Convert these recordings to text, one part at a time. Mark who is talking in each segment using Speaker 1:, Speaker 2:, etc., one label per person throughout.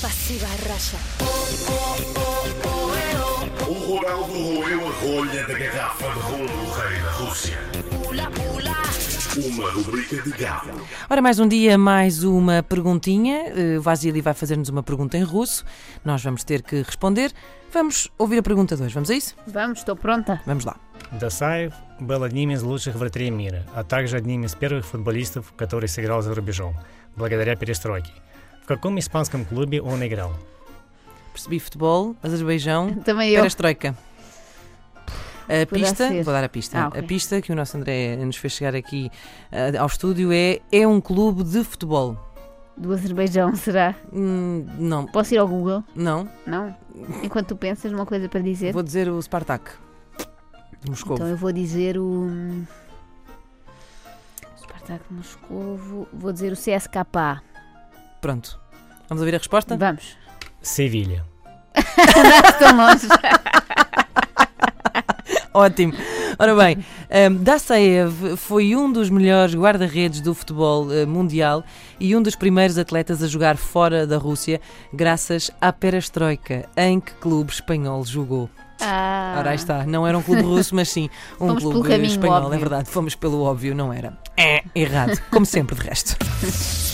Speaker 1: Pasiva racha.
Speaker 2: O Rural roeu a rolha da garrafa de rum do rei da Rússia. Uma rubrica de gado.
Speaker 3: Ora, mais um dia, mais uma perguntinha. Eh, O Vasily vai fazer-nos uma pergunta em russo. Nós vamos ter que responder. Vamos ouvir a pergunta 2, vamos a isso?
Speaker 4: Vamos, estou pronta.
Speaker 3: Vamos lá.
Speaker 5: Досаев был одним из лучших вратарей мира, а также одним из первых футболистов, который сыграл за рубежом, благодаря перестройке. В каком испанском клубе он играл?
Speaker 3: Percebi futebol, Azerbaijão,
Speaker 4: Também eu.
Speaker 3: perestroika. A
Speaker 4: Poderá
Speaker 3: pista,
Speaker 4: ser.
Speaker 3: vou dar a pista.
Speaker 4: Ah, ok.
Speaker 3: A pista que o nosso André nos fez chegar aqui eh, ao estúdio é É um clube de futebol.
Speaker 4: Do Azerbaijão, será?
Speaker 3: Hum, não,
Speaker 4: Posso ir ao Google?
Speaker 3: não.
Speaker 4: Não? Enquanto tu pensas numa coisa para dizer?
Speaker 3: Vou dizer o Spartak. De Moscou.
Speaker 4: Então eu vou dizer o. hum, Spartak de Moscovo. Vou dizer o CSKA.
Speaker 3: Pronto. Vamos ouvir a resposta?
Speaker 4: Vamos.
Speaker 5: Севилья.
Speaker 4: Estão longe.
Speaker 3: Ótimo. Ora bem, um, Dassaev foi um dos melhores guarda-redes do futebol eh, mundial e um dos primeiros atletas a jogar fora da Rússia, graças à perestroika, em que clube espanhol jogou.
Speaker 4: Ah,
Speaker 3: Ora, aí está. Não era um clube russo, mas sim um
Speaker 4: Fomos
Speaker 3: clube
Speaker 4: pelo caminho
Speaker 3: espanhol. É
Speaker 4: óbvio.
Speaker 3: verdade, fomos pelo óbvio, não era. É, errado. Como sempre, de resto.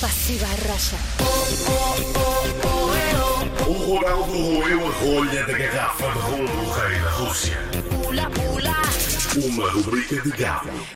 Speaker 1: Pasiva racha.
Speaker 2: O Rural roeu a rolha da garrafa de rum do rei da Rússia. Uma rubrica de gado.